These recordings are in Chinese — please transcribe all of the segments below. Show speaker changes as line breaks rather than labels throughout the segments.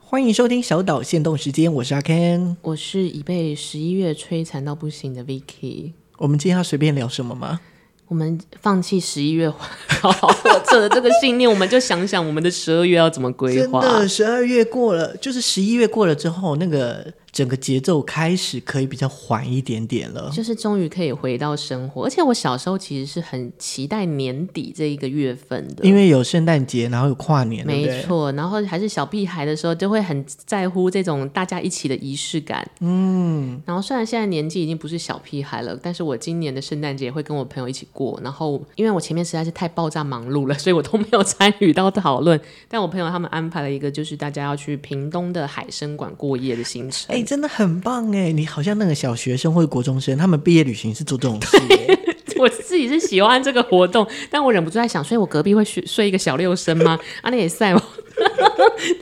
欢迎收听小岛限动时间，我是阿 Ken。
我是已被十一月摧残到不行的 Vicky。
我们今天要随便聊什么吗？
我们放弃十一月环保我做的这个信念，我们就想想我们的十二月要怎么规
真
划。
的，十二月过了，就是十一月过了之后，那个整个节奏开始可以比较缓一点点了。
就是终于可以回到生活，而且我小时候其实是很期待年底这一个月份的，
因为有圣诞节，然后有跨年，对不
没
对？
错。然后还是小屁孩的时候，就会很在乎这种大家一起的仪式感。嗯。然后虽然现在年纪已经不是小屁孩了，但是我今年的圣诞节会跟我朋友一起过。然后因为我前面实在是太爆炸忙碌了，所以我都没有参与到讨论。但我朋友他们安排了一个，就是大家要去屏东的海参馆过夜的行程。
哎、真的很棒哎！你好像那个小学生或者国中生，他们毕业旅行是做这种事哎。
我自己是喜欢这个活动，但我忍不住在想，所以我隔壁会睡睡一个小六生吗？啊，那也晒我。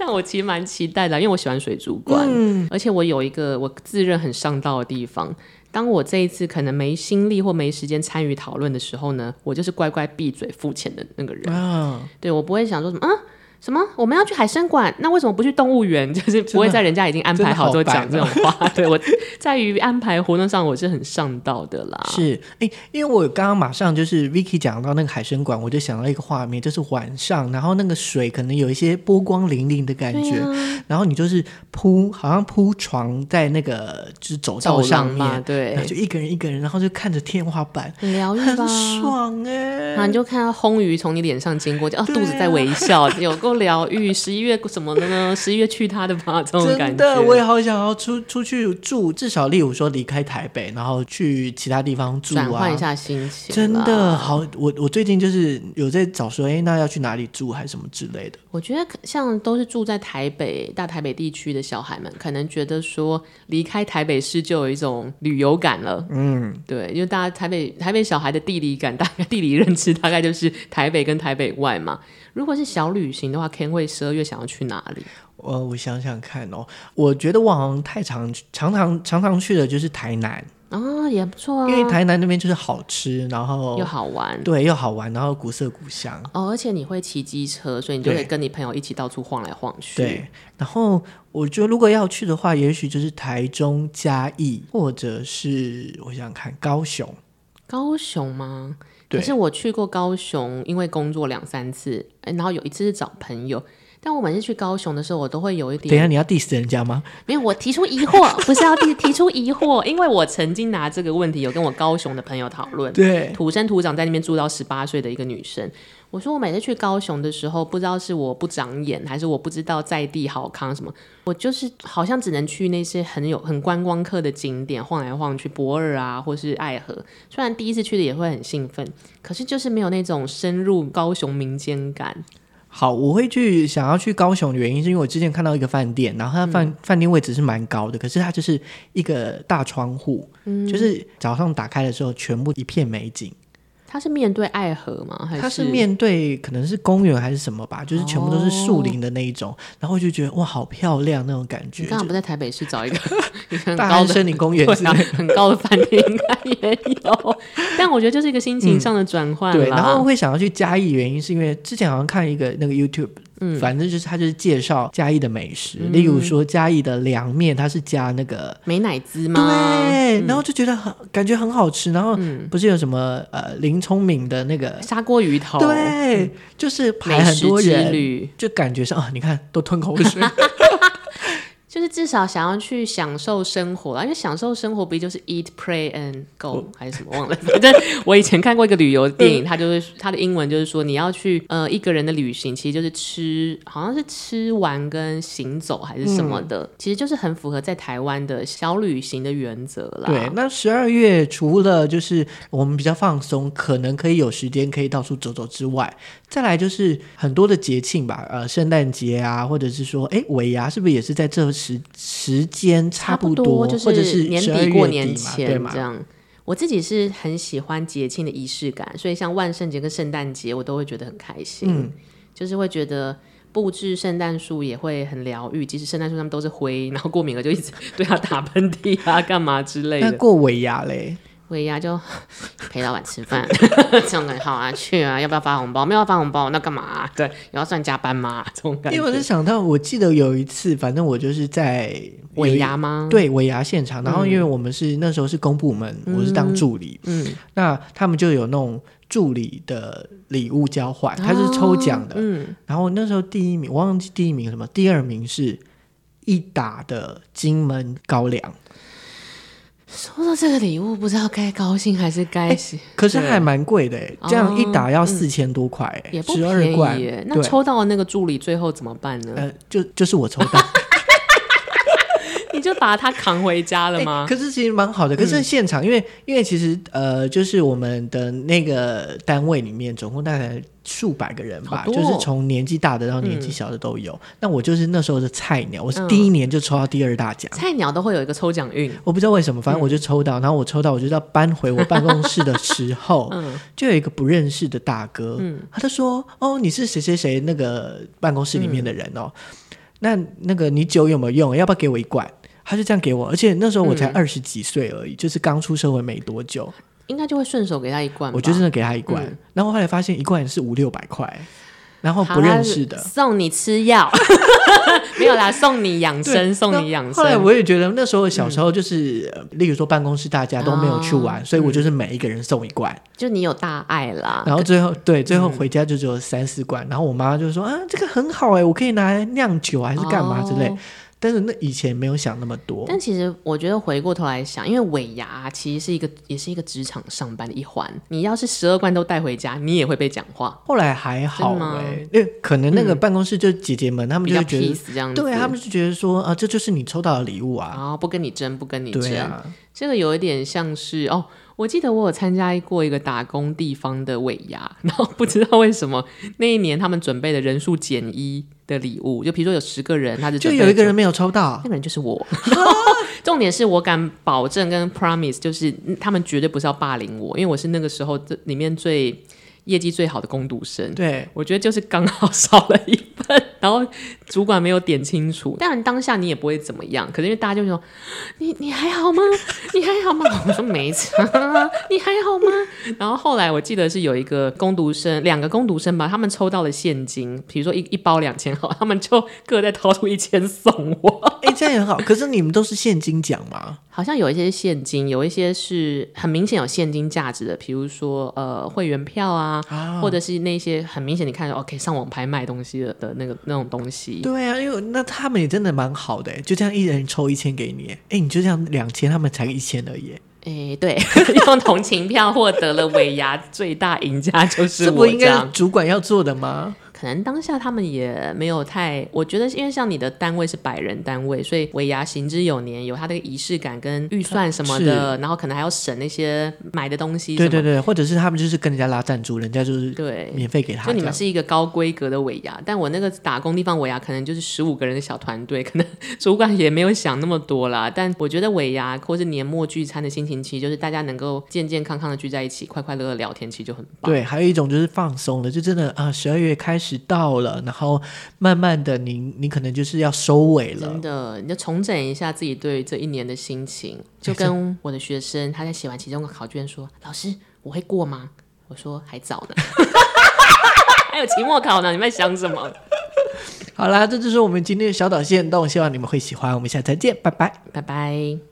但我其实蛮期待的，因为我喜欢水族馆，
嗯
而且我有一个我自认很上道的地方。当我这一次可能没心力或没时间参与讨论的时候呢，我就是乖乖闭嘴付钱的那个人。
啊，
对我不会想说什么啊。什么？我们要去海参馆，那为什么不去动物园？ 就是不会在人家已经安排好之后讲
啊
这种话。 对我，在于安排活动上我是很上道的啦。
是哎、因为我刚刚马上就是 Vicky 讲到那个海参馆，我就想到一个画面，就是晚上，然后那个水可能有一些波光粼粼的感
啊
觉，然后你就是铺，好像铺床在那个就是走道
走
上面，
嘛，
然后
对，
就一个人一个人，然后就看着天花板，
很疗愈
很
吧。
爽哎、
然后你就看到红鱼从你脸上经过，就啊
对啊
肚子在微笑，有够疗愈。十一月什么的呢？十一月去他的吧，这种感
真
觉。
的，我也好想要出出去住，至少例如说离开台北，然后去其他地方住
转换一
啊。
下心情，
真的。好，我我最近就是有在找说，哎、那要去哪里住还是什么之类的。
我觉得可像都是住在台北大台北地区的小孩们，可能觉得说离开台北市就有一种旅游感了。嗯，对，因为大家台北台北小孩的地理感，大概地理认知大概就是台北跟台北外嘛。如果是小旅行的话，Ken 会十二月想要去哪里？
呃，我想想看哦，我觉得我好像太常常常常常去的就是台南，
啊、也不错啊，
因为哦台南那边就是好吃，然后
又好玩。
对又好玩，然后古色古香。
哦，而且你会骑机车，所以你就
对
会跟你朋友一起到处晃来晃去。
对，然后我觉得如果要去的话，也许就是台中、嘉义，或者是我想想看高雄。
高雄吗？
对
可是我去过高雄，因为工作两三次，哎然后有一次是找朋友，但我每次去高雄的时候，我都会有一
等一
点，
下你要 diss 人家吗？
没有，我提出疑惑，不是要提提出疑惑，因为我曾经拿这个问题有跟我高雄的朋友讨论，
对，
土生土长在那边住到十八岁的一个女生。我说我每次去高雄的时候，不知道是我不长眼，还是我不知道在地好康什么，我就是好像只能去那些很有很观光客的景点晃来晃去，博尔啊，或是爱河。虽然第一次去的也会很兴奋，可是就是没有那种深入高雄民间感。
好，我会去想要去高雄的原因，是因为我之前看到一个饭店，然后它饭、
嗯
饭店位置是蛮高的，可是它就是一个大窗户，
嗯
就是早上打开的时候，全部一片美景。
它是面对爱河吗？还是
它是面对可能是公园还是什么吧，就是全部都是
哦
树林的那一种，然后我就觉得哇，好漂亮那种感觉
你。刚好不在台北市找 一个一个很
大
高
安
的
森林公园
对
之
啊
类，
很高的饭店应该也有， 但我觉得就是一个心情上的转换
嗯
啦。
对，然后会想要去嘉义，原因是因为之前好像看一个那个 YouTube，嗯，反正就是他就是介绍嘉义的美食，
嗯
例如说嘉义的凉面，它是加那个。
美乃滋吗？
对，
嗯
然后就觉得很感觉很好吃，然后不是有什么呃林聪明的那个，
砂锅鱼头，
对，就是排
嗯美
很
食
多
之
人，
旅，
就感觉上啊，你看都吞口水，
就是至少想要去享受生活啦，因为享受生活不就是 eat, pray and go 还是什么忘了？ 反正我以前看过一个旅游电影，它就是它的英文就是说你要去呃一个人的旅行，其实就是吃，好像是吃完跟行走还是什么的，
嗯
其实就是很符合在台湾的小旅行的原则啦。
对，那十二月除了就是我们比较放松，可能可以有时间可以到处走走之外，再来就是很多的节庆吧，呃，圣诞节啊，或者是说，哎，尾牙是不是也是在这时时间差
差不
多，
就
或者
是年
12月
底过年
底嘛对
前
吗
这？样。我自己是很喜欢节庆的仪式感，所以像万圣节跟圣诞节，我都会觉得很开心，
嗯
就是会觉得。布置圣诞树也会很疗愈，即使圣诞树上面 都是灰，然后过敏了就一直对它打喷嚏啊，干嘛之类
那
的。
过尾牙嘞，
尾牙就陪老板吃饭， 这种感觉好啊，去啊，要不要发红包？没有发红包，那干嘛啊、对，有要算加班吗？这种感
因为我
觉。
是想到，我记得有一次，反正我就是在
尾牙吗？
对尾牙现场，然后因为我们是、那时候是公部门，我是当助理，
嗯，
那他们就有那种助理的礼物交换，他是抽奖的，
嗯，
然后那时候第一名我忘记第一名什么，第二名是一打的金门高粱，
收到这个礼物，不知道该高兴还是该、
哎可是还蛮贵的欸，
哦
这样一打要四千多块欸，
也不
十二
便
罐
宜耶。，那
对，
抽到的那个助理最后怎么办呢？
呃，就就是我抽到。
你就把他扛回家了吗？嗯
欸可是其实蛮好的，可是现场、因为因为其实呃，就是我们的那个单位里面总共大概数百个人吧，
好多哦
就是从年纪大的到年纪小的都有。那我就是那时候的菜鸟，我是
嗯
第一年就抽到第二大奖。
菜鸟都会有一个抽奖运，
我不知道为什么，
嗯
反正我就抽到，然后我抽到，我就要搬回我办公室的时候，
嗯
就有一个不认识的大哥，他就说：“哦，你是谁谁谁那个办公室里面的人哦，
嗯
那那个你酒有没有用？要不要给我一罐？”他就这样给我，而且那时候我
嗯
才二十几岁而已，就是刚出社会没多久，
应该就会顺手给他一罐吧。
我就真的给他一罐，
嗯
然后后来发现一罐是五六百块，然后不认识的
好啦。送你吃药， 没有啦，送你养
对
生，送你养
后来
生。嗯
我也觉得那时候小时候就是，呃例如说办公室大家都没有去玩，
哦
所以我就是每一个人送一罐，
就你有大爱啦，
然后最后对，最
嗯
后回家就只有三四罐，然后我妈就说啊，这个很好哎、我可以拿来酿酒啊还是干嘛之类。
哦
但是那以前没有想那么多，
但其实我觉得回过头来想，因为尾牙其实是一个也是一个职场上班的一环。你要是十二罐都带回家，你也会被讲话，
后来还好
真的吗嗯
哎、因为可能那个办公室就姐姐们，她们
比
就
较
是觉得，
peace 这样子。
对他们就觉得说啊，这就是你抽到的礼物啊，
然后不跟你争，不跟你争。
对啊，
这个有一点像是哦，我记得我有参加过一个打工地方的尾牙， 然后不知道为什么那一年他们准备的人数减一的礼物，就比如说有十个人，他就
就
准备
有一个
了
人没有抽到
九，那个人就是我。 然后重点是我敢保证跟 promise，就是嗯他们绝对不是要霸凌我，因为我是那个时候这里面最业绩最好的工读生。
对，
我觉得就是刚好 少了一份，然后主管没有点清楚。当然当下你也不会怎么样，可是因为大家就说你你还好吗？ 你还好吗？ 我说没差啊，你还好吗？然后后来我记得是有一个工读生，两个工读生吧，他们抽到了现金，比如说一一包两千好，他们就各再 掏出一千送我。
哎、这样也很好。可是你们都是现金奖 嘛？
好像有一些是现金，有一些是很明显有现金价值的，比如说呃会员票啊，
啊，
或者是那些很明显你看哦，可以上网拍卖东西的的那个那种东西。
对啊，因为那他们也真的蛮好的、欸，就这样一人抽一千给你、欸，哎、你就这样两千，他们才一千而已、欸，
诶，对， 用同情票获得了尾牙最大赢家就是
这
我
不应
这
该是
样。
主管要做的吗？
可能当下他们也没有太，我觉得因为像你的单位是百人单位，所以尾牙行之有年，有它的仪式感跟预算什么的，然后可能还要省那些买的东西什
对
么
对对，或者是他们就是跟人家拉赞助，人家就是
对
免费给他
就
这
你们
样。
是一个高规格的尾牙，但我那个打工地方尾牙可能就是十五个人的小团队，可能 主管也没有想那么多啦。但我觉得尾牙或是年末聚餐的心情，其实就是大家能够健健康康的聚在一起，快快乐乐聊天，其实就很棒。
对，还有一种就是放松了，就真的啊，十、2二月开始到了，然后慢慢的你，你可能就是要收尾了
真。的，你就重整一下自己对这一年的心情。就跟我的学生，他在写完期中考卷说：“老师，我会过吗？”我说：“还早呢， 还有期末考呢，你们在想什么
好啦，这就是我们今天的小岛线动，希望你们会喜欢，我们下次再见，拜拜。？”
拜拜。